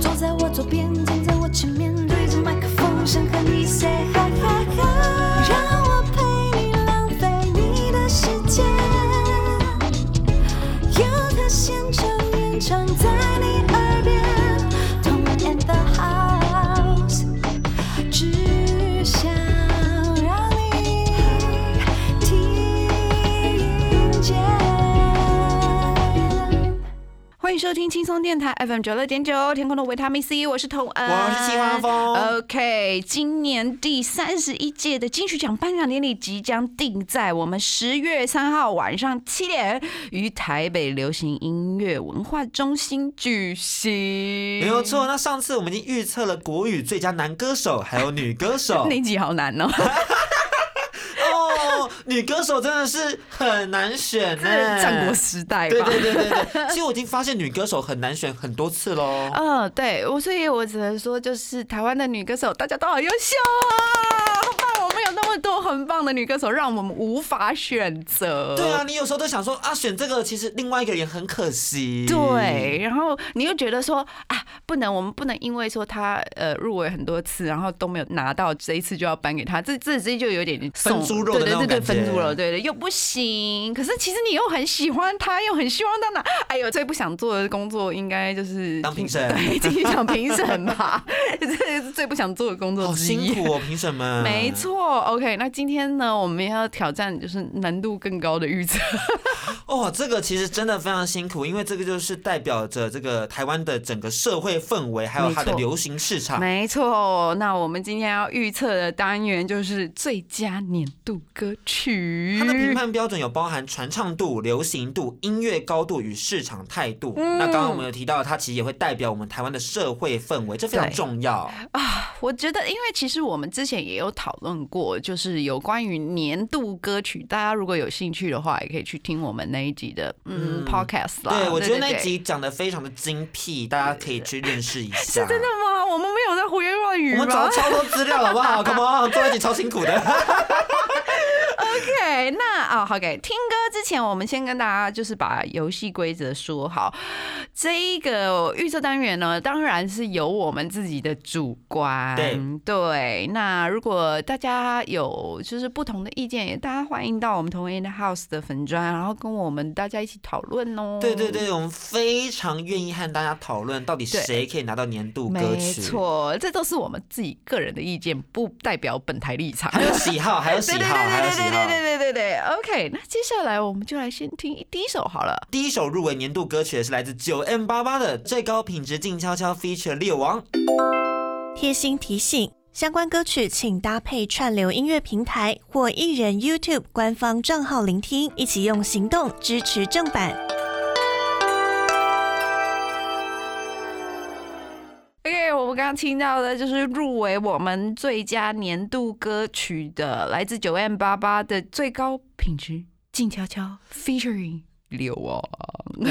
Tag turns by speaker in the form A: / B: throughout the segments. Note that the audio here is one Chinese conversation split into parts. A: 坐在我左边，站在我前面，对着麦克风，想和你 say hi hi hi，让我陪你浪费你的时间。有个现场演唱在你耳边，同玩 and the house，只想让你听见。
B: 欢迎收听轻松电台 FM 九六点九，天空的维他命 C，我是童恩，
C: 我是西瓜风
B: OK，今年第三十一届的金曲奖颁奖典礼即将定在我们十月三号晚上七点于台北流行音乐文化中心举行。没
C: 没有，错，那上次我们已经预测了国语最佳男歌手，还有女歌 手。
B: 那集好难哦，
C: 哦，女歌手真的是很难选
B: 这
C: 呢。
B: 是 战国时代吧？
C: 哎对对对对对，其 实我已经发现女歌手很难选很多次喽。
B: 嗯，对我，所以我只能说，就是台湾的女歌手，大家都好优秀啊！好棒，我们有那么多很棒的女歌手，让我们无法选择。
C: 对啊，你有时候都想说啊，选这个其实另外一个也很可惜。
B: 对，然后你又觉得说啊，不能，我们不能因为说她呃入围很多次，然后都没有拿到，这一次就要颁给她，这这这就有点送
C: 猪肉的
B: 对对对
C: 那
B: 对，
C: 种感
B: 分
C: 觉
B: 猪肉，对对，又不行。可是其实你又很喜欢她，又很希望她拿，哎呦，最不想做的工作应该就是
C: 当评审
B: 对，金曲奖评审吧， 这是最不想做的工作
C: 好
B: 之一
C: 辛。苦哦，评审们。
B: 没，错，OK，那今天呢，我们要挑战就是难度更高的预测。
C: 哦，这个其实真的非常辛苦，因为这个就是代表着这个台湾的整个社会氛围，还有它的
B: 没错
C: 流行市场。
B: 没错，那我们今天要预测的单元就是最佳年度歌曲
C: 它。的
B: 嗯
C: 评判标准有包含传唱度、流行度、音乐高度与市场态度。那刚刚我们
B: 嗯
C: 有提到，它其实也会代表我们台湾的社会氛围，这非常
B: 对
C: 重要。
B: 我觉得，因为其实我们之前也有讨论过，就是有关于年度歌曲，大家如果有兴趣的话，也可以去听我们那一集的嗯 podcast 啦。
C: 对，我觉得那
B: 对
C: 一集讲的非常的精辟，大家可以去认识一 下。
B: 是真的吗？我们没有在胡言乱语
C: 我
B: 吗
C: 们找超多资料，好不 好？Come on，做一集超辛苦的。
B: OK，那啊、好给听歌之前，我们先跟大家就是把游戏规则说好。这一个预测单元呢，当然是由我们自己的主观。
C: 对
B: 对那如果大家有就是不同的意见，也大家欢迎到我们同恩 in the house 的粉砖，然后跟我们大家一起讨论哦。
C: 对对。对，我们非常愿意和大家讨论到底
B: 对
C: 谁可以拿到年度歌
B: 没
C: 曲，
B: 错，这都是我们自己个人的意见，不代表本台立场。
C: 还有喜好，还有喜
B: 对对对
C: 好，还有喜
B: 对对
C: 好。
B: 对对对对对。OK，那接下来我们就来先听第一首好了。
C: 第一首入围年度歌曲的是来自九 M 八八的《最高品质静悄悄》feature 猎王。
D: 贴心提醒：相关歌曲请搭配串流音乐平台或艺人 YouTube 官方账号聆听，一起用行动支持正版。
B: OK，我们刚刚听到的就是入围我们最佳年度歌曲的，来自九 M 八八的最高品质静悄悄 featuring 刘哦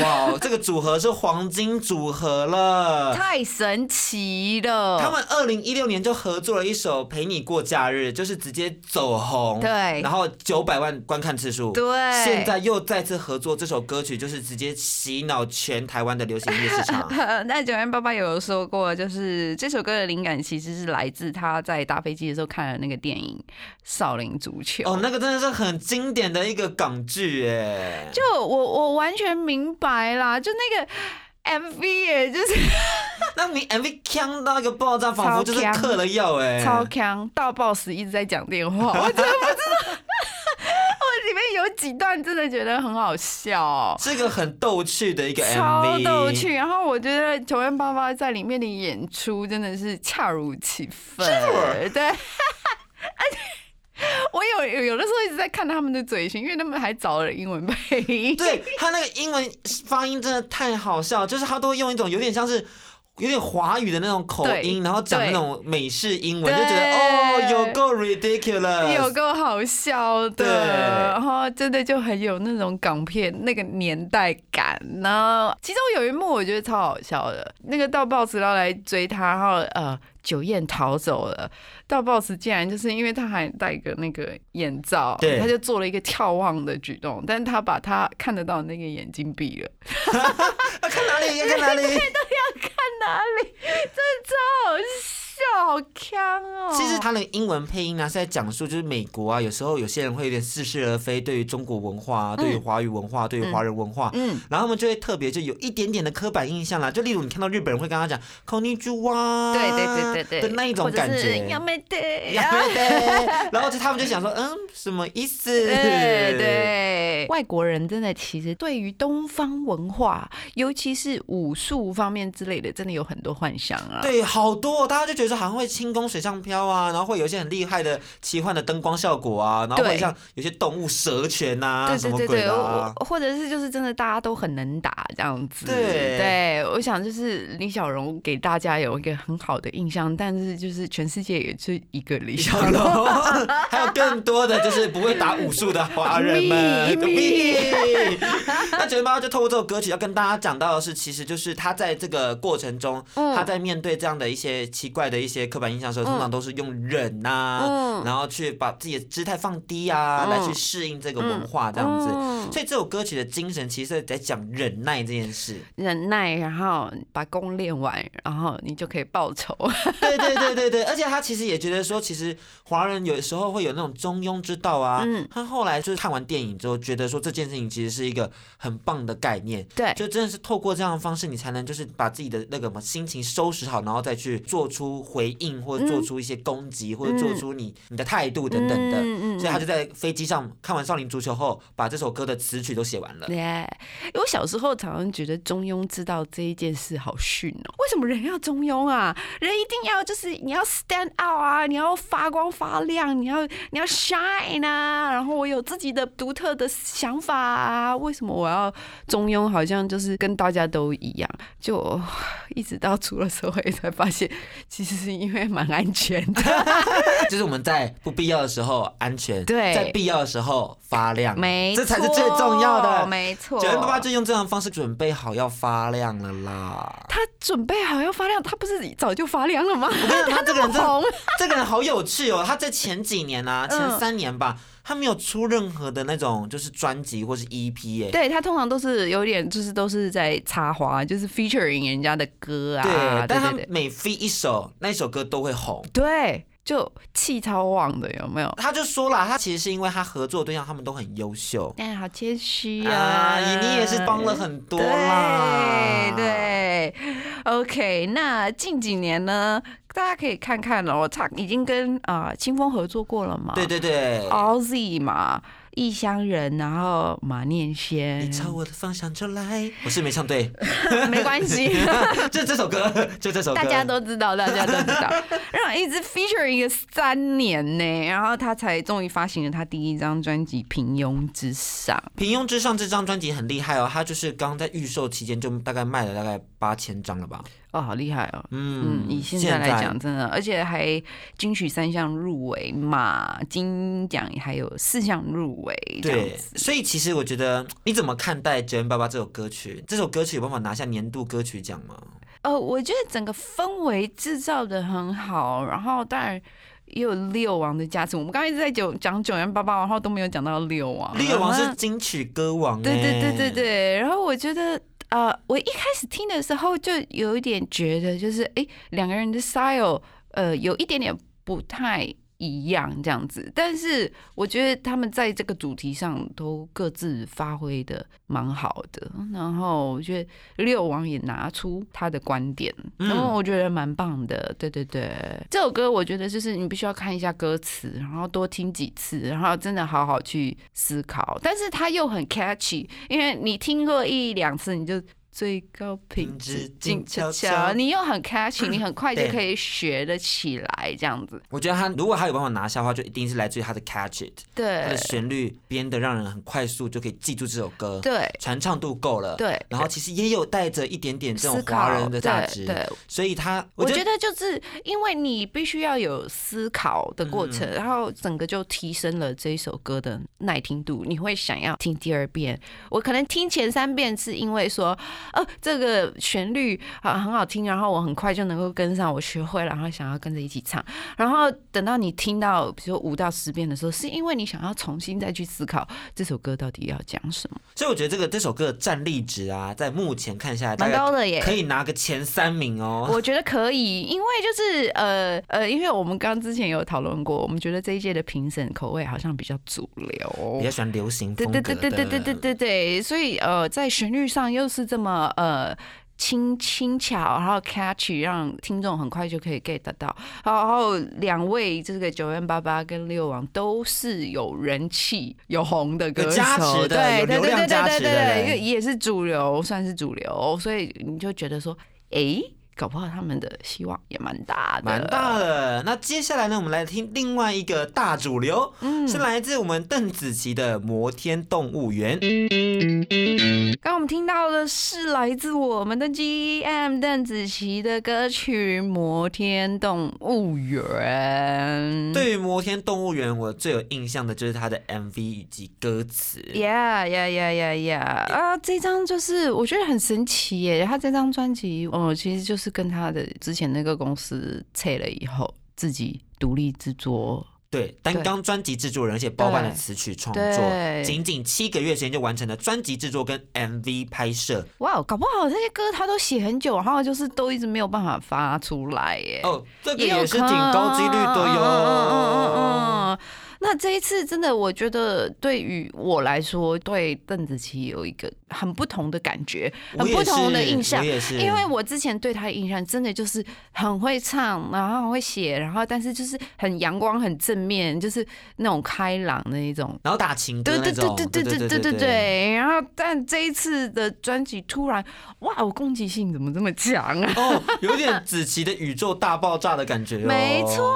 B: 王，
C: 哇，这个组合是黄金组合了。
B: 太神奇了！
C: 他们二零一六年就合作了一首《陪你过假日》，就是直接走红，
B: 对
C: 然后九百万观看次数，
B: 对
C: 现在又再次合作这首歌曲，就是直接洗脑全台湾的流行音乐市 场。
B: 那九 M 八八有说过，就是这首歌的灵感其实是来自他在搭飞机的时候看了那个电影《少林足球》
C: 哦，那个真的是很经典的一个港剧哎，
B: 就我我完全明白啦，就那个 MV 耶，就是。
C: 那你 MV 呛到一个爆炸，仿佛就是
B: 超呛
C: 嗑了药哎，
B: 超强到 boss 一直在讲电话， 我真的不知道，我里面有几段真的觉得很好笑、
C: 是一个很逗趣的一个 MV，
B: 超逗趣。然后我觉得九院爸爸在里面的演出真的是恰如其分，对。而 且我有有有的时候一直在看他们的嘴型，因为他们还找了英文配音。
C: 对他那个英文发音真的太好笑，就是他都会用一种有点像是有点华语的那种口音，
B: 对
C: 然后讲那
B: 对
C: 种美式英文，就觉得哦，
B: 对
C: 有够 ridiculous，
B: 有够好笑
C: 对
B: 的，然后真的就很有那种港片那个年代感呢、其中有一幕我觉得超好笑的，那个到豹子要来追他，然后呃酒宴逃走了，到豹子竟然就是因为他还戴个那个眼罩，
C: 对
B: 他就做了一个眺望的举动，但他把他看得到的那个眼睛闭了，
C: 啊，看哪里，要 看哪里。
B: 看哪里？ 真的超好笑，好看哦！
C: 其实他的英文配音啊呢、是在讲述，就是美国啊，有时候有些人会有点似是而非，对于中国文化、啊、对于华语文化、对于华人文化，
B: 嗯
C: 然后他们就会特别就有一点点的刻板印象啦。就例如你看到日本人会跟他讲 k o n n i c h w a
B: 对对对对对
C: 的那一种感
B: 或者是
C: 觉，
B: 要没得
C: 呀对然后就他们就想说，嗯，什么意思？
B: 对对，外国人真的其实对于东方文化，尤其是武术方面之类的，真的有很多幻想啊。
C: 对，好多、哦、大家就觉得说好像会轻功水上漂啊，然后会有一些很厉害的奇幻的灯光效果啊，然后会
B: 对
C: 像有些动物蛇拳呐、
B: 对
C: 什
B: 对
C: 么
B: 对
C: 鬼
B: 对，
C: 的、啊
B: 我。我或者是就是真的大家都很能打这样子。
C: 对
B: 对，我想就是李小龙给大家有一个很好的印象，但是就是全世界也就一个李小
C: 小
B: 龙。
C: 龙， 还有更多的就是不会打武术的华人们。
B: 咪
C: 咪 那九零八就透过这首歌曲要跟大家讲到的是，其实就是他在这个过程中，
B: 嗯
C: 他在面对这样的一些奇怪的一些刻板印象的时候，通常都是用忍啊呐、
B: 嗯
C: 然后去把自己的姿态放低啊，
B: 嗯
C: 来去适应这个文化这样子。
B: 嗯
C: 所以这首歌曲的精神其实是在讲忍耐这件事。
B: 忍耐，然后把功练完，然后你就可以报仇。
C: 对对对对对， 而且他其实也觉得说，其实华人有时候会有那种中庸之道啊。
B: 嗯
C: 他后来就是看完电影之后，觉得说这件事情其实是一个很棒的概念。
B: 对
C: 就真的是透过这样的方式，你才能就是把自己的那个什么心情收拾好，然后再去做出回应，或者做出一些攻击，或者做出你你的态度等等的。
B: 嗯
C: 所以他就在飞机上看完《少林足球》后，把这首歌的词曲都写完了。
B: 对，因为我小时候常常觉得中庸之道这一件事好逊哦，为什么人要中庸啊？人一定要就是你要 stand out 啊，你要发光发亮，你要你要 shine 啊，然后我有自己的独特的想法啊，为什么我要中庸？好像就是跟大家都一样，就一直到出了社会才发现，其实是因为蛮安全的，
C: 就是我们在不必要的时候安全，
B: 对
C: 在必要的时候发亮，
B: 没
C: 这才是最重要的。
B: 错没错，
C: 九零八八就用这样的方式准备好要发亮了啦。
B: 他准备好要发亮，他不是早就发亮了吗？
C: 我跟你讲，他这个人真的，
B: 红，
C: 这个人好有趣哦。他在前几年啊，
B: 嗯
C: 前三年吧，他没有出任何的那种就是专辑或是 EP 哎、
B: 对他通常都是有点，就是都是在插花，就是 featuring 人家的歌啊，
C: 对，但他
B: 对对
C: 每 f 一首，那一首歌都会红。
B: 对，就气超旺的有没有？
C: 他就说了，他其实是因为他合作的对象他们都很优秀
B: 哎，好谦虚
C: 啊
B: 啊，，
C: 你也是帮了很多啦。
B: 对对，OK。那近几年呢，大家可以看看哦，他已经跟啊、呃清风合作过了嘛，
C: 对对对。
B: 哦，Ozzy 嘛，异乡人，然后马念先
C: 你，朝我的方向就来，我是没 唱对，
B: 没关系。
C: 就这首歌， 就这首歌，
B: 大家都知道，大家都知道。 然后一直 featuring 了三年呢，然后他才终于发行了他第一张专辑《平庸之上》。
C: 平庸之上这张专辑很厉害哦，它就是刚在预售期间就大概卖了大概八千张了吧？
B: 哦，好厉害哦！
C: 嗯
B: 嗯，以现在来讲，，真的，而且还金曲三项入围嘛，金奖还有四项入围，这样
C: 对，
B: 子。
C: 所以其实我觉得你怎么看待《九零八八》这首歌曲？这首歌曲有办法拿下年度歌曲奖吗？
B: 呃，我觉得整个氛围制造的很好，然后当然。也有六王的加持，我们刚刚一直在九讲九元八八，然后都没有讲到六王。
C: 力王
B: 然
C: 是
B: 后
C: 金曲歌王、欸，
B: 对对对对，对，然后我觉得。呃，我一开始听的时候就有一点觉得，就是哎，诶两个人的 style 呃有一点点不太一样这样子，但是我觉得他们在这个主题上都各自发挥的蛮好的，然后我觉得六王也拿出他的观点，
C: 嗯
B: 然后哦我觉得蛮棒的，对对对，这首歌我觉得就是你必须要看一下歌词，然后多听几次，然后真的好好去思考。但是它又很 catchy，因为你听过一两次你就最高品质
C: 质
B: 静
C: 静
B: 悄
C: 悄
B: 悄，
C: 悄
B: 你又很 catchy，你很快就
C: 对
B: 可以学得起来，这样子。
C: 我觉得他如果他有办法拿下的话，就一定是来自于他的 catch it，他
B: 对
C: 的旋律编的让人很快速就可以记住这首歌，
B: 对
C: 传唱度够了，
B: 对
C: 然后其实也有带着一点点这
B: 思
C: 种
B: 考
C: 华人的价
B: 对
C: 值，
B: 对，
C: 所以他
B: 我觉
C: 得。
B: 得就是因为你必须要有思考的过
C: 嗯
B: 程，然后整个就提升了这一首歌的耐听度。你会想要听第二遍。我可能听前三遍是因为说，呃，这个旋律啊、很好听，然后我很快就能够跟上，我学会了，然后想要跟着一起唱。然后等到你听到比如说五到十遍的时候，是因为你想要重新再去思考这首歌到底要讲什么，
C: 所以我觉得这个这首歌的战力值啊，在目前看下来，大
B: 蛮高
C: 概
B: 的耶。
C: 可以拿个前三名哦。
B: 我觉得可以，因为就是呃呃，因为我们刚之前有讨论过，我们觉得这一届的评审口味好像比较主
C: 比
B: 流
C: 较。喜欢流行
B: 对
C: 风格
B: 对
C: 的，
B: 对对对对对对对，所以呃，在旋律上又是这么呃轻轻巧，然后 catchy，让听众很快就可以 get 得到。然后两位这个九元八八跟六王都是有人气、有红的歌手，
C: 有加持的
B: 对
C: 有
B: 对
C: 流
B: 对对
C: 量加
B: 对对
C: 持的人
B: 对，也是主流，算是主流，所以你就觉得说，诶，搞不好他们的希望也蛮大的，
C: 蛮大的。那接下来呢，我们来听另外一个大主流，是来自我们邓紫棋的《摩天动物园》。
B: 刚刚我们听到的是来自我们的 GM 邓紫棋的歌曲《摩天动物园》。
C: 对于《摩天动物园》，我最有印象的就是它的 MV 以及歌词。
B: Yeah, yeah, yeah, yeah, yeah！啊，这张就是我觉得很神奇耶。他这张专辑，哦，其实就是跟他的之前那个公司拆了以后，自己独立制作。
C: 对，担纲专辑制作人，而且包办了
B: 对
C: 词曲创
B: 对
C: 作，仅仅七个月时间就完成了专辑制作跟 MV 拍摄。
B: 哇，搞不好这些歌他都写很久，然后就是都一直没有办法发出来耶。
C: 哦，这个
B: 也有
C: 也是挺高几率的
B: 嗯嗯嗯
C: 哟。
B: 嗯嗯那这一次真的，我觉得对于我来说，对邓紫棋有一个很不同的感觉，
C: 我
B: 很
C: 也
B: 不同的
C: 是
B: 印象
C: 我。也是，
B: 因为我之前对她的印象真的就是很会唱，然后很会写，然后但是就是很阳光、很正面，就是那种开朗那一种。
C: 然后打情
B: 对
C: 歌那
B: 对
C: 种，
B: 对对对对对对对。然后，但这一次的专辑突然，哇，我攻击性怎么这么强啊？
C: 哦，有点子琪的宇宙大爆炸的感觉、哦。
B: 没错，，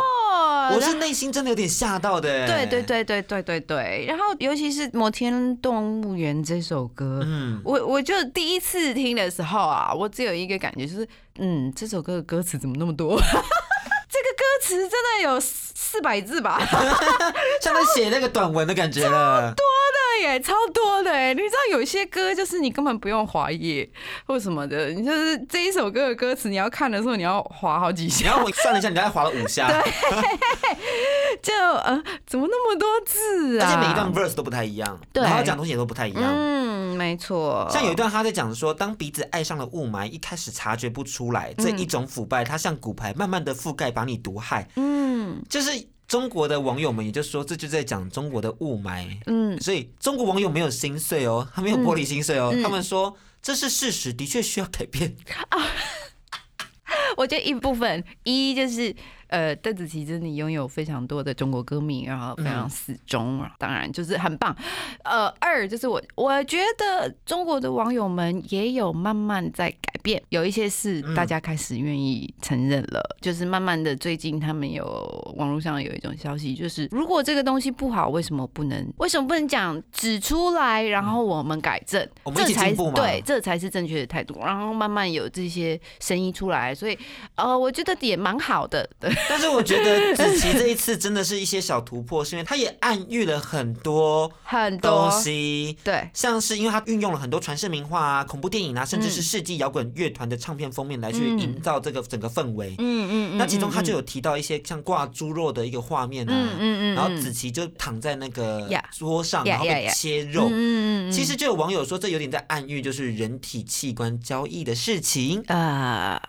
C: 我是内心真的有点吓到的欸。
B: 对对对对对对对。然后尤其是《摩天动物园》这首歌，
C: 嗯，
B: 我我就第一次听的时候啊，我只有一个感觉就是，嗯，这首歌的歌词怎么那么多？ 这个歌词真的有四百字吧？
C: 像在写那个短文的感觉了。
B: 对耶，超多的耶！你知道有些歌就是你根本不用划页或什么的，你就是这一首歌的歌词，你要看的时候你要划好几下
C: 你。要我算了一下，你大概划了五下，而
B: 就呃，怎么那么多字啊？
C: 且每一段 verse 都不太一样，
B: 对
C: 然后讲的东西也都不太一样。
B: 嗯，没错。
C: 像有一段他在讲说，当鼻子爱上了雾霾，一开始察觉不出来
B: 嗯
C: 这一种腐败，它像骨牌慢慢的覆盖，把你毒害。
B: 嗯
C: 就是中国的网友们也就说，这就在讲中国的雾霾。
B: 嗯，
C: 所以中国网友没有心碎哦，他没有玻璃心碎哦，
B: 嗯
C: 他们说这是事实，的确需要改 变。
B: 我觉得一部分一就是呃，邓紫棋真的拥有非常多的中国歌迷，然后非常死忠，然后当然就是很棒。呃，二就是我我觉得中国的网友们也有慢慢在改变，有一些是大家开始愿意承认了，就是慢慢的最近他们有网络上有一种消息，就是如果这个东西不好，为什么不能为什么不能讲指出来，然后我们改正，
C: 哦我们一
B: 这
C: 起
B: 才
C: 进步嘛
B: 对，这才是正确的态度。然后慢慢有这些声音出来，所以呃，我觉得也蛮好的。对，
C: 但是我觉得子琪这一次真的是一些小突破，是因为她也暗喻了很多
B: 很多
C: 东西。
B: 对
C: 像是因为她运用了很多传世名画啊、恐怖电影啊，甚至是世纪摇滚乐团的唱片封面来去
B: 嗯
C: 营造这个整个氛围。
B: 嗯嗯
C: 那其中她就有提到一些像挂猪肉的一个画面
B: 嗯
C: 啊，
B: 嗯嗯，
C: 然后子琪就躺在那个
B: 呀
C: 桌上，
B: 呀
C: 然后被
B: 呀呀
C: 切肉，
B: 嗯
C: 其实就有网友说，这有点在暗喻，就是人体器官交易的事情。
B: 啊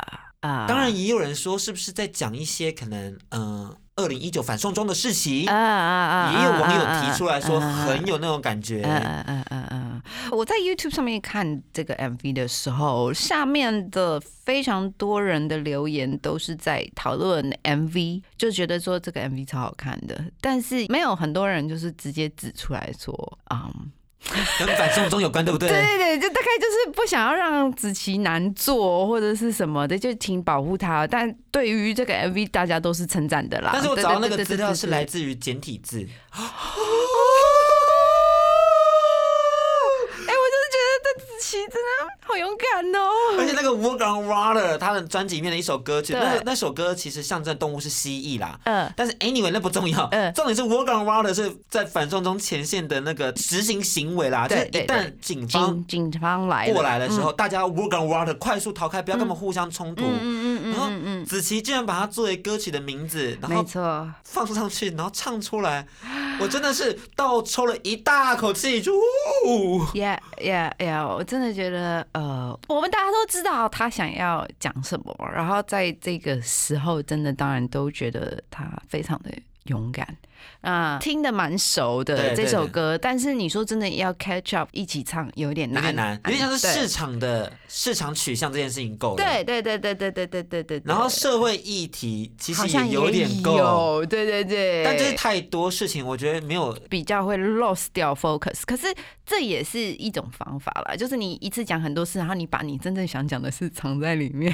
B: 啊，
C: 当然，也有人说，是不是在讲一些可能，嗯，二零一九反送中的事情？
B: 啊啊啊，
C: 也有网友提出来
B: 呃
C: 说，很有那种感觉。
B: 嗯嗯嗯嗯嗯，我在 YouTube 上面看这个 MV 的时候，下面的非常多人的留言都是在讨论 MV，就觉得说这个 MV 超好看的，但是没有很多人就是直接指出来说，嗯。
C: 跟反送中有关，对不对？
B: 对对对，就大概就是不想要让子琪难做或者是什么的，就挺保护她。但对于这个 MV，大家都是称赞的啦。
C: 但是我
B: 对
C: 找
B: 对
C: 到那
B: 对
C: 个
B: 对
C: 资
B: 对
C: 料
B: 对
C: 是
B: 对
C: 来自于简体字，哦
B: 哎、我就是觉得邓紫棋真的好勇敢哦。
C: 而且那个 Work on Water，他的专辑里面的一首歌曲，
B: 对
C: 那个那首歌其实象征动物是蜥蜴啦。
B: 嗯
C: 但是 anyway 那不重要，
B: 嗯
C: 重点是 Work on Water 是在反送中前线的那个执行行为啦，
B: 对
C: 就是一
B: 对
C: 旦警方
B: 警警方来了
C: 过来的时候，大家 Work on Water 快速逃开，不要跟他们互相冲突。
B: 嗯嗯
C: 然
B: 嗯
C: 后
B: 嗯嗯
C: 子琪竟然把它作为歌曲的名字，
B: 嗯，
C: 然
B: 没
C: 后
B: 错。
C: 放上去，然后唱出来，我真的是倒抽了一大口气，就呜。
B: Yeah, yeah, yeah！我真的觉得，呃，我们大家都知道他想要讲什么，然后在这个时候，真的当然都觉得他非常的勇敢啊、听得蛮熟的
C: 对
B: 这
C: 对
B: 首
C: 对
B: 歌，但是你说真的要 catch up 一起唱有点
C: 有
B: 难，
C: 点难，有点像是
B: 对
C: 市场的市场取向这件事情够了。
B: 对对对对对对对对对，
C: 然后社会议题其
B: 好
C: 实
B: 像
C: 也有点够，
B: 有，对对对，
C: 但就是太多事情，我觉得没有
B: 比较会 lose 掉 focus，可是这也是一种方法啦，就是你一次讲很多事，然后你把你真正想讲的事藏在里面。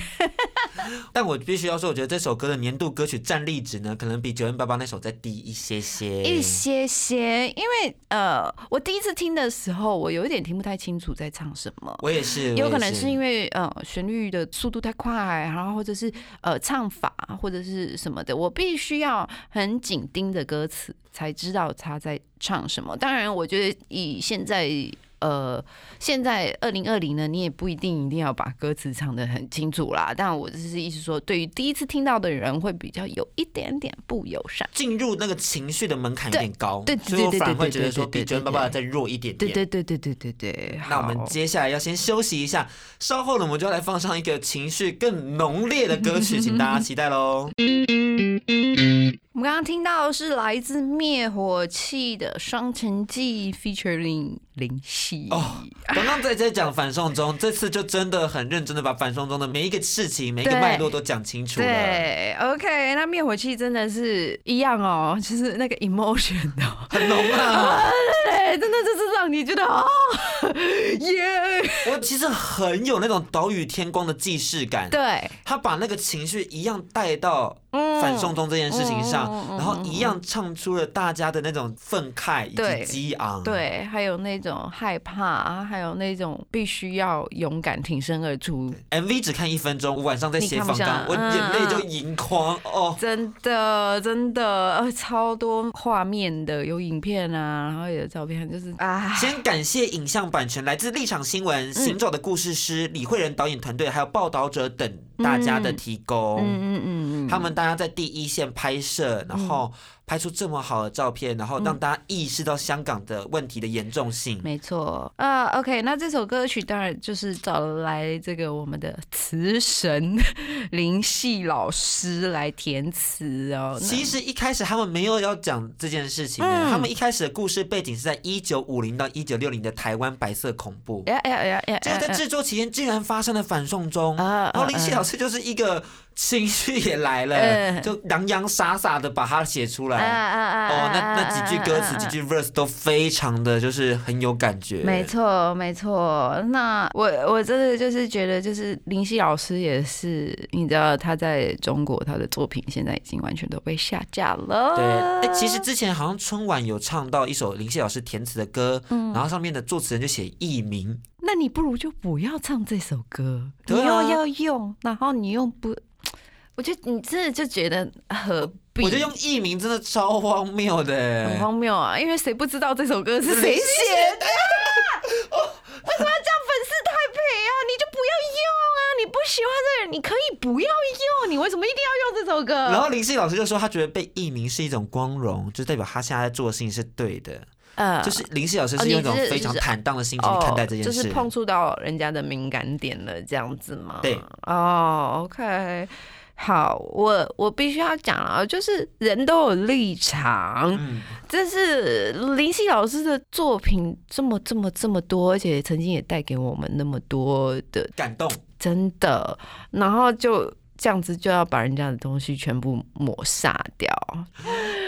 C: 但我必须要说，我觉得这首歌的年度歌曲战力值呢，可能比九零八八那首再低一些些。
B: 一些些，因为呃，我第一次听的时候，我有一点听不太清楚在唱什么。
C: 我也是，
B: 有可能是因
C: 为
B: 为呃旋律的速度太快，然后或者是呃唱法或者是什么的，我必须要很紧盯着歌词才知道他在唱什么。当然，我觉得以现在呃现在二零二零呢，你也不一定一定要把歌词唱得很清楚啦。但我只是意思说，对于第一次听到的人会比较有一点点不友善。
C: 进入那个情绪的门槛有点高，
B: 对对对
C: 所以我
B: 对对
C: 反而会
B: 对
C: 觉得
B: 对
C: 说
B: 对
C: 比九
B: 对
C: 零八八再弱一点
B: 对
C: 点。
B: 对对对对对对。
C: 那我们
B: 好
C: 接下来要先休息一下，稍后呢我们就要来放上一个情绪更浓烈的歌 曲，请大家期待喽。
B: 我们刚刚听到的是来自灭火器的《双城记》featuring 林夕
C: 哦 刚刚在在讲反送中，这次就真的很认真的把反送中的每一个事情、每一个
B: 对
C: 脉络都讲清楚了，
B: 对，OK，那灭火器真的是一样哦， 就是那个 emotion 的、哦，
C: 很浓啊。
B: 对，真的就是让你觉得哦， 耶、
C: 我其实很有那种岛屿天光的既视感，
B: 对，
C: 他把那个情绪一样带到
B: 嗯
C: 反送中这件事情上，
B: 嗯嗯嗯嗯
C: 然后一样唱出了大家的那种愤慨以
B: 对
C: 及激昂。，
B: 对，还有那种害怕，还有那种必须要勇敢挺身而出，
C: MV 只看一分钟，我晚上在
B: 你
C: 写
B: 看不
C: 访
B: 下
C: 纲，我
B: 嗯
C: 眼泪就盈眶哦。
B: 真的，真的，呃，超多画面的，有影片啊，然后有照片，就是啊，
C: 先感谢影像版权来自立场新闻、行走的故事师、李慧仁导演团队，还有报道者等大家的提供。
B: 嗯嗯嗯，
C: 他们大家在第一线拍摄，然后拍出这么好的照片，然后让大家意识到香港的问题的严重性。
B: 没错啊、o k 那这首歌曲当然就是找来这个我们的词神 林夕老师来填词哦。那
C: 其实一开始他们没有要讲这件事情、
B: 嗯
C: 他们一开始的故事背景是在一九五零到一九六零的台湾白色恐怖。
B: 呀呀呀呀！
C: 这个在
B: 呀
C: 制作期间竟然发生了反送中，
B: 啊
C: 然哦后林夕老师就是一个情绪也来了，
B: 嗯
C: 就洋洋洒洒的把它写出
B: 啊
C: 来。
B: 啊啊！
C: 哦，那那几句歌词、
B: 啊
C: 几。句 verse 都非常的就是很有感觉。
B: 没错，没错。那我我真的就是觉得，就是林夕老师也是，你知道他在中国他的作品现在已经完全都被下架了。
C: 对，哎、其实之前好像春晚有唱到一首林夕老师填词的歌，
B: 嗯
C: 然后上面的作词人就写艺名，
B: 那你不如就不要唱这首歌，你
C: 对
B: 又
C: 啊
B: 要用，然后你又不，我就你真的就觉得何必？
C: 我觉得用哎艺名真的超荒谬的、
B: 很荒谬啊，因为谁不知道这首歌是谁写的？为什么要叫粉 丝太配啊？你就不要用啊！你不喜欢这个人，你可以不要用，你为什么一定要用这首歌？
C: 然后林夕老师就说，他觉得被艺名是一种光荣，就代表他现在在做的事情是对的。
B: 呃
C: 就是林夕老师
B: 哦
C: 是
B: 你
C: 用一种
B: 是
C: 非常
B: 是
C: 坦荡的心情
B: 哦
C: 去看待这件事。
B: 就是碰触到人家的敏感点了，这样子吗？
C: 对，
B: 哦，OK，好，我我必须要讲啊，就是人都有立场，
C: 嗯，
B: 这是林夕老师的作品这么这么这么多，而且曾经也带给我们那么多的
C: 感动。
B: 真的，然后就这样子就要把人家的东西全部抹杀掉，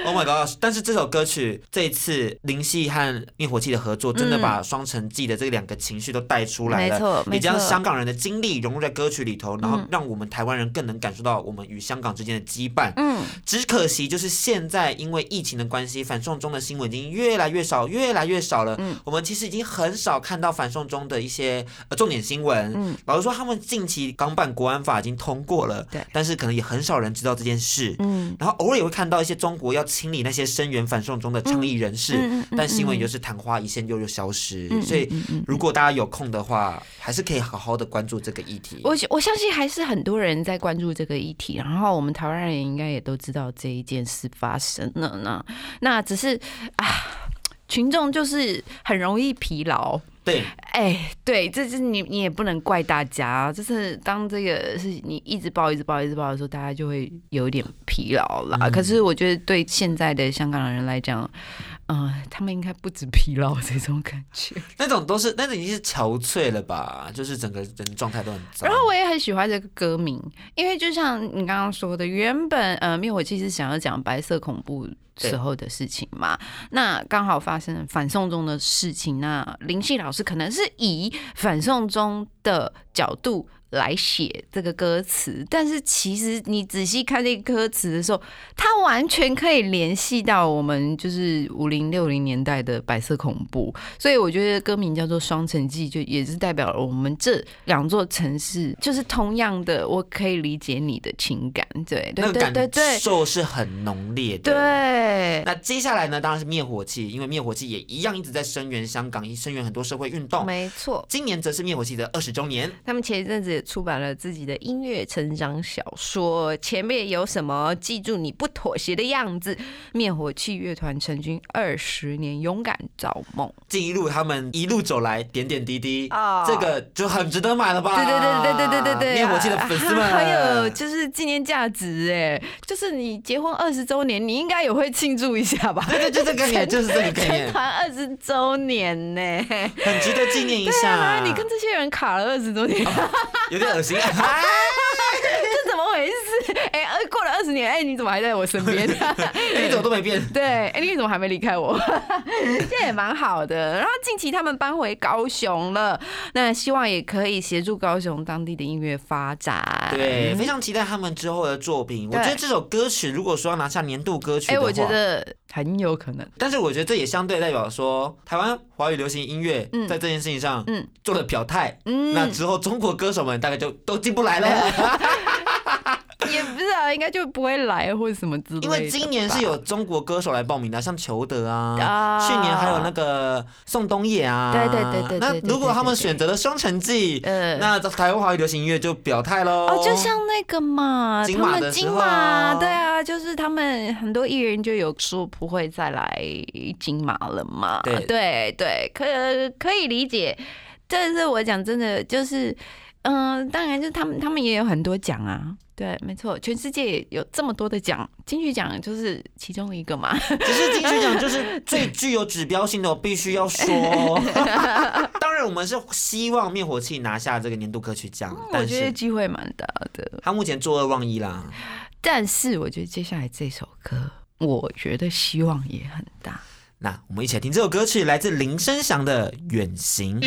C: Oh my god！但是这首歌曲这一次林夕和灭火器的合作，真的把双城记的这两个情绪都带出来了。
B: 没错嗯没错
C: 你将香港人的经历融入在歌曲里头，然后让我们台湾人更能感受到我们与香港之间的羁绊。
B: 嗯，
C: 只可惜就是现在因为疫情的关系，反送中的新闻已经越来越少，越来越少了。
B: 嗯
C: 我们其实已经很少看到反送中的一些呃重点新
B: 嗯
C: 闻。老实说，他们近期港版国安法已经通过了，
B: 对
C: 但是可能也很少人知道这件事。
B: 嗯，
C: 然后偶尔也会看到一些中国要清理那些声援反送中的倡议人士，
B: 嗯嗯嗯嗯
C: 但新闻也就是昙花一现又又消失。
B: 嗯嗯
C: 所以如果大家有空的话，还是可以好好的关注这个议题。
B: 我我相信还是很多人在关注这个议题，然后我们台湾人应该也都知道这一件事发生了呢。那只是啊，群众就是很容易疲劳。
C: 对，
B: 哎，对，这是你你也不能怪大家，啊就是当这个是你一直报一直报一直报的时候，大家就会有一点疲劳啦。可是我觉得对现在的香港人来讲，嗯、他们应该不止疲劳这种感觉。
C: 那种都是那种已经是憔悴了吧，就是整个人状态都很糟。
B: 然后我也很喜欢这个歌名，因为就像你刚刚说的，原本呃灭火器是想要讲白色恐怖时候的事情嘛，那刚好发生了反送中的事情，那林夕老师可能是以反送中的角度。来写这个歌词，但是其实你仔细看这个歌词的时候，它完全可以联系到我们就是五零六零年代的白色恐怖，所以我觉得歌名叫做《双城记》，就也是代表了我们这两座城市，就是同样的，我可以理解你的情感，对
C: 那
B: 对
C: 个
B: 对对
C: 感
B: 对
C: 受是很浓烈的。。
B: 对，
C: 那接下来呢？当然是灭火器，因为灭火器也一样一直在声援香港，一声援很多社会运动。
B: 没错。
C: 今年则是灭火器的二十周年。
B: 他们前一阵子也出版了自己的音乐成长小说，前面有什么？记住你不妥协的样子。灭火器乐团成军二十年，勇敢造梦。
C: 记录他们一路走来点点滴滴，
B: 啊
C: 这个就很值得买了吧？
B: 对对对对对对对对，
C: 啊灭火器的粉丝们，
B: 还有就是纪念价值哎，就是你结婚二十周年，你应该也会庆祝一下 吧？
C: 对对，就这个概念，就是这个概
B: 成
C: 念，
B: 团二十周年呢、
C: 哎很值得纪念一
B: 对
C: 下
B: 啊，。你跟这些人卡了二十多 年，
C: 有点恶心，啊
B: 这怎么回事？哎、呃过了二十年，哎、你怎么还在我身 边？
C: 你怎么都没变。
B: 对，哎、你怎么还没离开我？ 这也蛮好的。然后近期他们搬回高雄了，那希望也可以协助高雄当地的音乐发展。
C: 对，非常期待他们之后的作品。我
B: 对
C: 觉得这首歌曲如果说要拿下年度歌曲
B: 哎、
C: 的话，
B: 我觉得很有可能。
C: 但是我觉得这也相对代表说，台湾华语流行音乐
B: 嗯
C: 在这件事情上
B: 嗯
C: 做了表态。
B: 嗯，
C: 那之后中国歌手们大概就都进不来了，
B: 也不是啊，应该就不会来或者什么之类的
C: 因
B: 吧。
C: 为今年是有中国歌手来报名的，像裘德啊，
B: 啊
C: 去年还有那个宋冬野啊。
B: 对对对对对
C: 那
B: 对对
C: 如果他们
B: 对对
C: 选择了《双城记》，
B: 呃
C: 那台湾华语流行音乐就表态喽。
B: 哦，就像那个嘛，
C: 金
B: 他
C: 马
B: 们
C: 的时
B: 金
C: 候
B: 马，对啊，就是他们很多艺人就有说不会再来金马了嘛，
C: 对
B: 对对，可可以理解，但是我讲真的就是，嗯、当然就是他们他们也有很多奖啊。对，没错，全世界也有这么多的奖，金曲奖就是其中一个嘛。
C: 只是金曲奖就是最具有指标性的，我必须 要说。当然，我们是希望灭火器拿下这个年度歌曲奖，
B: 嗯我
C: 但
B: 觉得
C: 是
B: 机会蛮大的。
C: 他目前作恶忘一啦。
B: 但是我觉得接下来这首歌，我觉得希望也很大。
C: 那我们一起来听这首歌曲，来自林声祥的《远行》。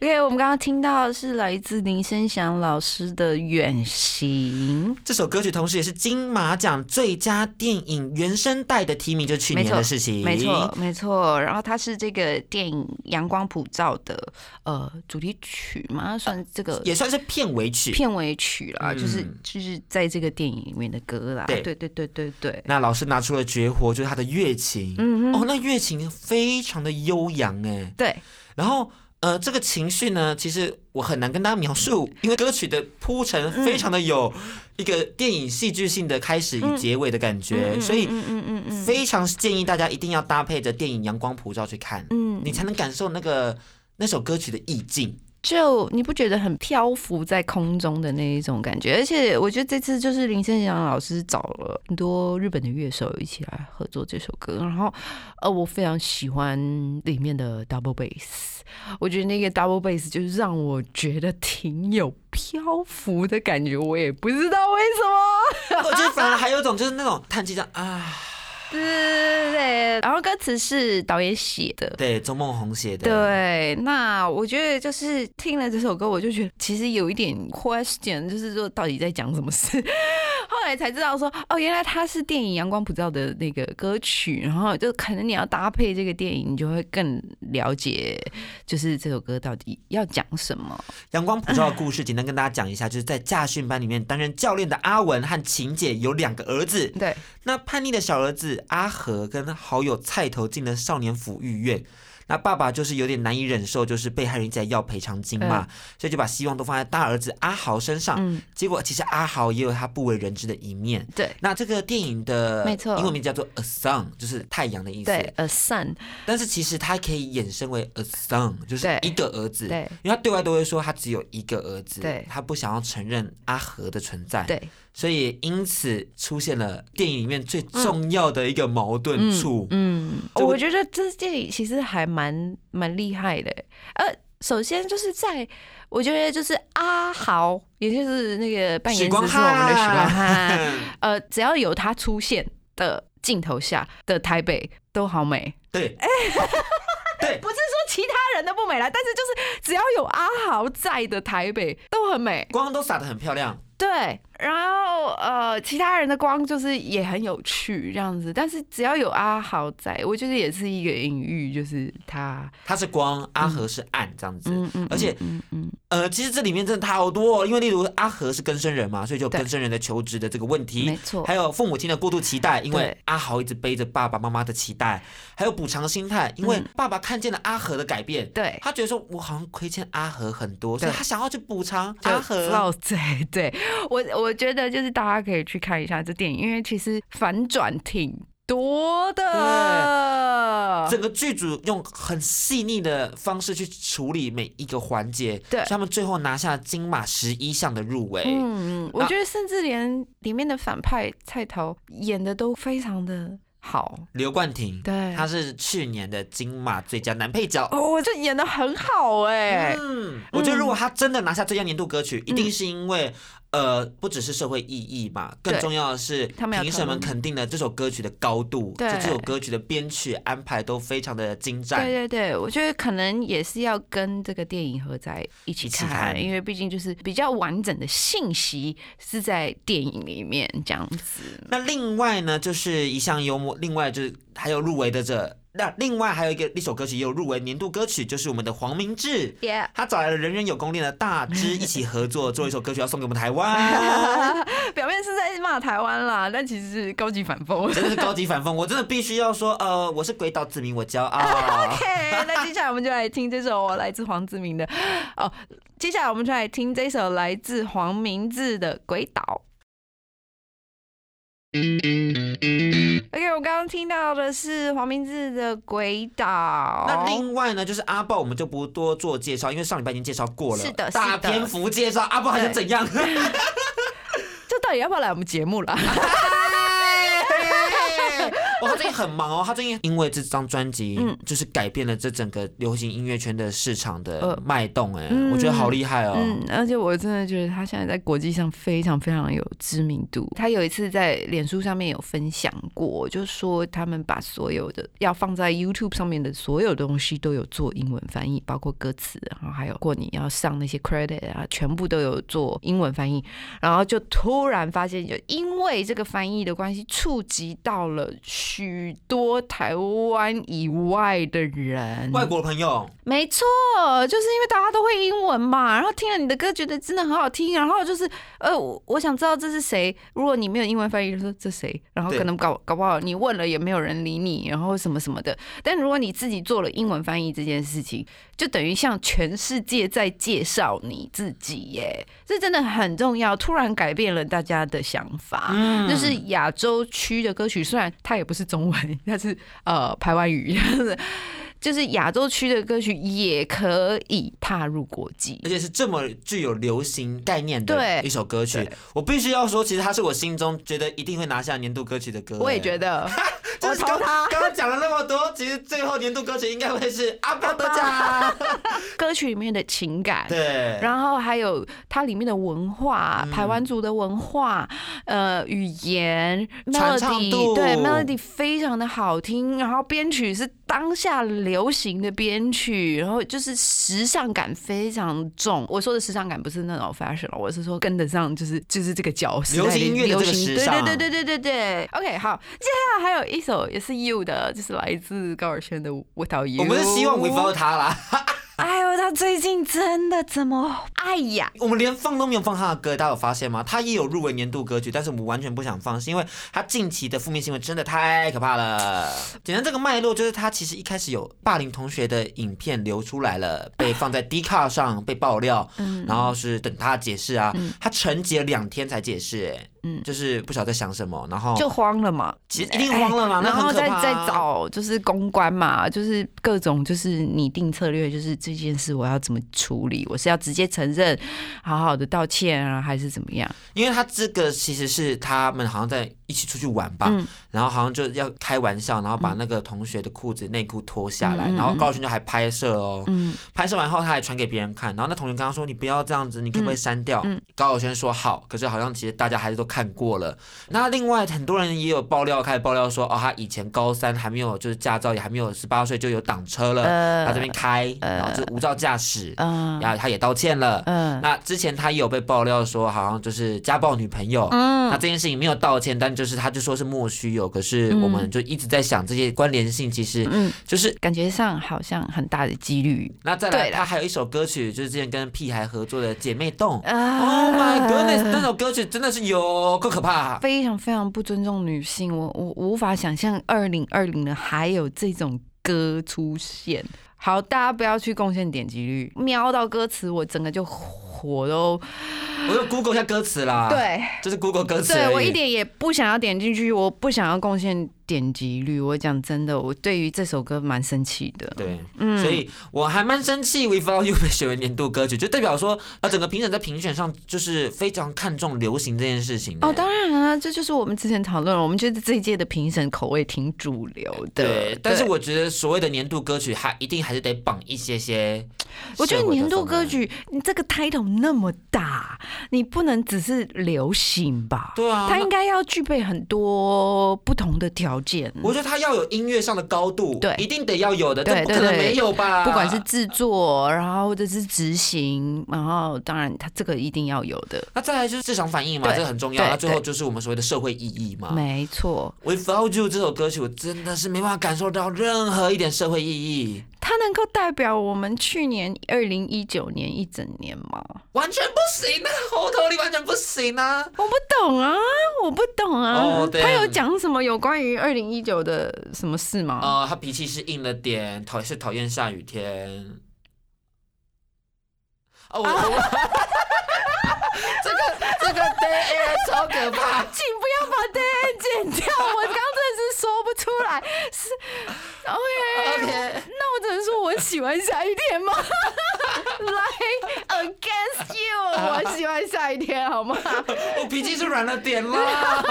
B: OK，我们刚刚听到的是来自林声祥老师的《远行
C: 这首歌曲同时也是金马奖最佳电影原声带的提名，就是去年的事》，情。
B: 没错，没错。然后它是这个电影《阳光普照》的呃主题曲嘛，算这个
C: 啊也算是片尾曲。
B: 片尾曲啦，就是
C: 嗯
B: 就是在这个电影里面的歌啦。
C: 对
B: 对对对对对。
C: 那老师拿出了绝活，就是他的乐琴。
B: 嗯
C: 哦
B: 哼，，
C: 那乐琴非常的悠扬哎。
B: 对，
C: 然后呃，这个情绪呢，其实我很难跟大家描述，因为歌曲的铺陈非常的有
B: 嗯
C: 一个电影戏剧性的开始与结尾的感觉，所以
B: 嗯嗯嗯嗯
C: 非常建议大家一定要搭配着电影《阳光普照》去看，
B: 嗯，
C: 你才能感受那个那首歌曲的意境。
B: 就你不觉得很漂浮在空中的那一种感觉？而且我觉得这次就是林声祥老师找了很多日本的乐手一起来合作这首歌，然后呃，我非常喜欢里面的 double bass，我觉得那个 double bass 就是让我觉得挺有漂浮的感觉，我也不知道为什么。
C: 我觉得反而还有一种就是那种叹气这样啊，
B: 对对对对，然后歌词是导演写的。
C: 对，周梦红写的，，
B: 对，那我觉得就是听了这首歌，我就觉得其实有一点 question，就是说到底在讲什么事。 后来才知道说，哦，原来它是电影《阳光普照》的那个歌曲，然后就可能你要搭配这个电影，你就会更了解，就是这首歌到底要讲什么。
C: 阳光普照的故事，简单跟大家讲一下，就是在驾训班里面担任教练的阿文和晴姐有两个儿子，
B: 对，
C: 那叛逆的小儿子阿和跟好友菜头进了少年抚育院。那爸爸就是有点难以忍受，就是被害人一直在要赔偿金嘛，所以就把希望都放在大儿子阿豪身上。
B: 嗯，
C: 结果其实阿豪也有他不为人知的一面。
B: 对
C: 那这个电影的
B: 没错
C: 英文名叫做《A Sun》，就是太阳的意思。
B: 对，，a sun，
C: 但是其实它可以衍生为 a son，就是
B: 对
C: 一个儿子。
B: 对
C: 因为他对外都会说他只有一个儿子，
B: 对
C: 他不想要承认阿和的存在，，
B: 对，
C: 所以因此出现了电影里面最重要的一个矛盾处。
B: 嗯，
C: 这
B: 我
C: 个
B: 觉得这电影其实还蛮蛮厉害的。呃，首先就是在我觉得就是阿豪，也就是那个扮演
C: 许
B: 者
C: 光
B: 是我们的许光汉，
C: 嗯
B: 呃，只要有他出现的镜头下的台北都好美。
C: 对， 对
B: 不，是说其他人的不美啦，但是就是只要有阿豪在的台北都很美。
C: 光都撒得很漂亮。
B: 对，然后呃，其他人的光就是也很有趣这样子，但是只要有阿豪在，我觉得也是一个隐喻，就是他，
C: 他是光，阿和是暗，这样子。
B: 嗯嗯，
C: 而且
B: 嗯嗯，
C: 呃，其实这里面真的好多、哦，因为例如阿和是更生人嘛，所以就有
B: 对
C: 更生人的求职的这个问题，
B: 没错啊
C: 还有父母亲的过度期待，因为
B: 对
C: 阿豪一直背着爸爸妈妈的期待，还有补偿心态，因为爸爸看见了阿和的改变，
B: 嗯对。
C: 他觉得说我好像亏欠阿和很多，所以
B: 对
C: 他想要去补偿
B: 就
C: 阿和。
B: 绕嘴，对我我觉得就是大家可以去看一下这电影，因为其实反转挺多的。
C: 整个剧组用很细腻的方式去处理每一个环节，
B: 对
C: 所以他们最后拿下金马十一项的入围。
B: 嗯，
C: 啊
B: 我觉得甚至连里面的反派菜头演的都非常的好，
C: 刘冠廷，
B: 对
C: 他是去年的金马最佳男配角。
B: 哦，我就演的很好哎、
C: 嗯，我觉得如果他真的拿下最佳年度歌
B: 嗯
C: 曲，一定是因为。呃，不只是社会意义嘛，
B: 对
C: 更重要的是
B: 他们有
C: 评审
B: 讨
C: 们
B: 论
C: 肯定了这首歌曲的高度，就
B: 对
C: 这首歌曲的编曲安排都非常的精
B: 对
C: 湛。
B: 对对，我觉得可能也是要跟这个电影合在一起
C: 一起
B: 看，
C: 看
B: 因为毕竟就是比较完整的信息是在电影里面这样子。
C: 那另外呢，就是一项幽默，另外就是还有入围的这，那另外还有一个一首歌曲也有入围年度歌曲，就是我们的黄明志。
B: Yeah，
C: 他找来了人人有功练的大支一起合作，做一首歌曲要送给我们台 湾，
B: 表面是在骂台湾啦，但其实是高级反讽。
C: 真的是高级反讽。我真的必须要说，呃，我是鬼岛子民，我骄傲。
B: OK，那接下来我们就来听这首来自黄志明的哦，接下来我们就来听这首来自黄明志的《鬼岛》。OK，我刚刚听到的是黄明志的《鬼岛》。哦
C: 那另外呢，就是阿豹，我们就不多做介绍，因为上礼拜已经介绍过了，
B: 是的是哎的
C: 大篇幅介绍阿豹 还是怎样。
B: 这到底要不要来我们节目啦？
C: 哇，他最近很忙 哦，他最近因为这张专辑
B: 嗯，
C: 就是改变了这整个流行音乐圈的市场的
B: 呃
C: 脉动，哎
B: 嗯，
C: 我觉得好厉害哦。
B: 嗯，而且我真的觉得他现在在国际上非常非常有知名度。他有一次在脸书上面有分享过，就说他们把所有的要放在 YouTube 上面的所有东西都有做英文翻译，包括歌词，然后还有过你要上那些 credit 啊，全部都有做英文翻译。然后就突然发现，就因为这个翻译的关系，触及到了许多台湾以外的人，
C: 外国朋友，
B: 没错，就是因为大家都会英文嘛，然后听了你的歌，觉得真的很好听，然后就是呃，我我想知道这是谁。如果你没有英文翻译，就说这谁，然后
C: 对
B: 可能搞搞不好你问了也没有人理你，然后什么什么的。但如果你自己做了英文翻译这件事情，就等于向全世界在介绍你自己耶，这真的很重要。突然改变了大家的想法，
C: 嗯
B: 就是亚洲区的歌曲，虽然它也不是中文，它是呃台湾语， 就是亚洲区的歌曲也可以踏入国际
C: 而。且是这么具有流行概念
B: 对
C: 的一首歌曲
B: 对，
C: 我必须要说，其实它是我心中觉得一定会拿下年度歌曲的歌。
B: 我也
C: 哎
B: 觉得，我
C: 就是
B: 投
C: 刚
B: 他。
C: 刚刚讲了那么多，其实最后年度歌曲应该会是阿豹得奖。
B: 歌歌曲里面的情感，
C: 对，
B: 然后还有它里面的文化，
C: 嗯
B: 台湾族的文化，呃，语言
C: 传唱
B: ，melody，
C: 度
B: 对，melody 非常的好听，然后编曲是当下流行的编曲，然后就是时尚感非常重。我说的时尚感不是那种 fashion，我是说跟得上，就是就是这个脚时代
C: 流行音乐的
B: 流
C: 这个
B: 行
C: 时
B: 对
C: 尚啊
B: 对对对对对对。OK，好，接下来还有一首也是 You 的，就是来自高尔宣的《Without You》。
C: 我们是希望 without 他啦，
B: 哎呦，他最近真的怎么爱呀？
C: 我们连放都没有放他的歌，大家有发现吗？他也有入围年度歌曲，但是我们完全不想放，是因为他近期的负面新闻真的太可怕了。简单这个脉络就是，他其实一开始有霸凌同学的影片流出 来了，被放在 d 卡上被爆料，
B: 嗯
C: 然后是等他解释啊，他沉寂了两天才解释、哎，
B: 嗯
C: 就是不晓得在想什么，然后
B: 就慌了嘛，
C: 其实一定慌了嘛
B: 哎
C: 哦那
B: 然
C: 很
B: 后
C: 可
B: 再
C: 怕啊
B: 再找就是公关嘛，就是各种就是拟定策略，就是这件事我要怎么处理，我是要直接承认，好好的道歉啊，还是怎么样？
C: 因为他这个其实是他们好像在一起出去玩吧，
B: 嗯
C: 然后好像就要开玩笑，然后把那个同学的裤子内裤脱下来，
B: 嗯嗯嗯
C: 然后高轩就还拍摄哦，
B: 嗯
C: 拍摄完后他还传给别人看，然后那同学跟他说：“你不要这样子，你可不可以删掉？”
B: 嗯嗯嗯
C: 高晓轩说：“好。”可是好像其实大家还是都看过了。那另外很多人也有爆料，开始爆料说：“哦，他以前高三还没有就是驾照，也还没有十八岁就有挡车了，
B: 呃
C: 他这边开，然后就无照驾驶，
B: 嗯
C: 然后他也道歉了。
B: 嗯
C: 那之前他也有被爆料说，好像就是家暴女朋友。那
B: 嗯，
C: 这件事情没有道歉，但就是他就说是莫须有，可是我们就一直在想这些关联性，其实
B: 嗯
C: 就是
B: 感觉上好像很大的几率
C: 那再
B: 对
C: 来，
B: 啦
C: 他还有一首歌曲，就是之前跟屁孩合作的《姐妹洞》。
B: 啊
C: Oh my goodness，那首歌曲真的是有够可怕。
B: 非常非常不尊重女性，我我无法想象二零二零的还有这种歌出现。好，大家不要去贡献点击率，瞄到歌词我整个就火都、
C: 我就 Google 一下歌词啦，，
B: 对，
C: 就是 Google 歌词而已。
B: 对我一点也不想要点进去，我不想要贡献点击率。我讲真的，我对于这首歌蛮生气的。
C: 对，
B: 嗯
C: 所以我还蛮生气，Without You 被选为年度歌曲，就代表说，呃，整个评审在评选上就是非常看重流行这件事情。
B: 哦，当然啊，这就是我们之前讨论了，我们觉得这一届的评审口味挺主流的。
C: 对，但是
B: 对
C: 我觉得所谓的年度歌曲，它一定还是得绑一些些。
B: 我觉得年度
C: 啊
B: 歌，曲，你这个 title 那么大，你不能只是流行吧？
C: 对啊，
B: 它应该要具备很多不同的条件。
C: 我觉得它要有音乐上的高度，
B: 对
C: 一定得要有的，这
B: 对
C: 不可能
B: 对对
C: 没有吧？
B: 不管是制作，然后或者是执行，然后当然它这个一定要有的，
C: 那再来就是市场反应嘛，
B: 对
C: 这个很重要。
B: 对
C: 那最后
B: 对
C: 就是我们所谓的社会意义嘛。
B: 没错。
C: Without You 这首歌曲，我真的是没办法感受到任何一点社会意义，
B: 它能够代表我们去年二零一九年一整年吗？
C: 完全不行啊，喉头里完全不行啊。
B: 我不懂啊，我不懂啊。
C: 哦对
B: 他有讲什么有关于二零一九的什么事吗？
C: 呃，他脾气是硬了点，讨是讨厌下雨天。哦，我我这个这个 Day Air 超可怕。
B: 啊请不要把 d a 剪掉，我刚刚真的是说不出来。是 OK，,
C: OK，
B: 那我只能说我喜欢下雨天吗？ 来 against
C: 啊
B: you，我喜欢下雨天好吗？
C: 我脾气是软了点啦。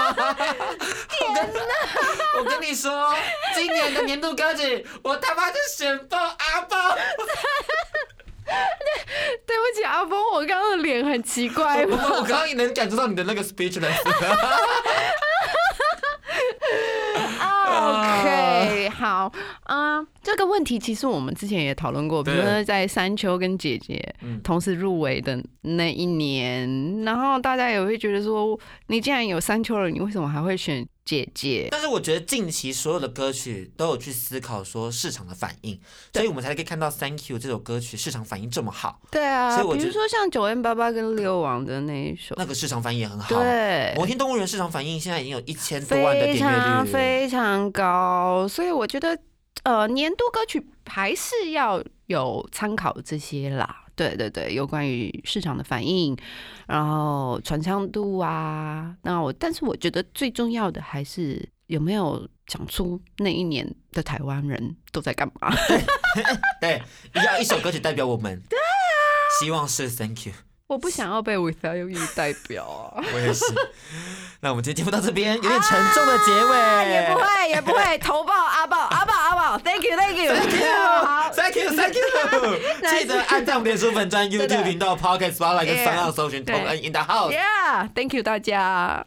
C: 我跟我跟你说，今年的年度歌曲，我他妈是选爆阿包。
B: 对不起，阿峰，我刚刚的脸很奇怪
C: 我
B: 吗？
C: 我刚刚也能感受到你的那个 speechless。啊
B: OK，好，嗯，这个问题其实我们之前也讨论过，比
C: 对嗯
B: 如说在山丘跟姐姐同时入围的那一年，然后大家也会觉得说，你既然有山丘了，你为什么还会选姐姐？
C: 但是我觉得近期所有的歌曲都有去思考说市场的反应，所以我们才可以看到《Thank You》这首歌曲市场反应这么好，
B: 对啊
C: 所以，我
B: 比
C: 觉
B: 如说像九 N 八八跟六王的那一首，
C: 那个市场反应也很好。
B: 对，
C: 摩天动物园市场反应现在已经有一千多万的点
B: 非
C: 阅
B: 常
C: 率，
B: 非常高，所以我觉得呃，年度歌曲还是要有参考这些啦。对对对，有关于市场的反应，然后传唱度啊，那我但是我觉得最重要的还是有没有讲出那一年的台湾人都在干 嘛。
C: 对，要一首歌曲代表我们。对啊，希望是《Thank You》。
B: 我不想要被 Without You 代表啊，
C: 我也是。那我们今天节目到这边，有点沉重的结尾。
B: 啊也不会也不会投报阿报阿报阿报，Thank you Thank you，
C: Thank you，Thank you，Thank you。 记得按赞我们的书粉专 YouTube 频道 Pocket Spotlight 跟
B: Yeah
C: 三号搜寻
B: 对
C: 同恩 in the house。
B: Yeah，Thank you 大家。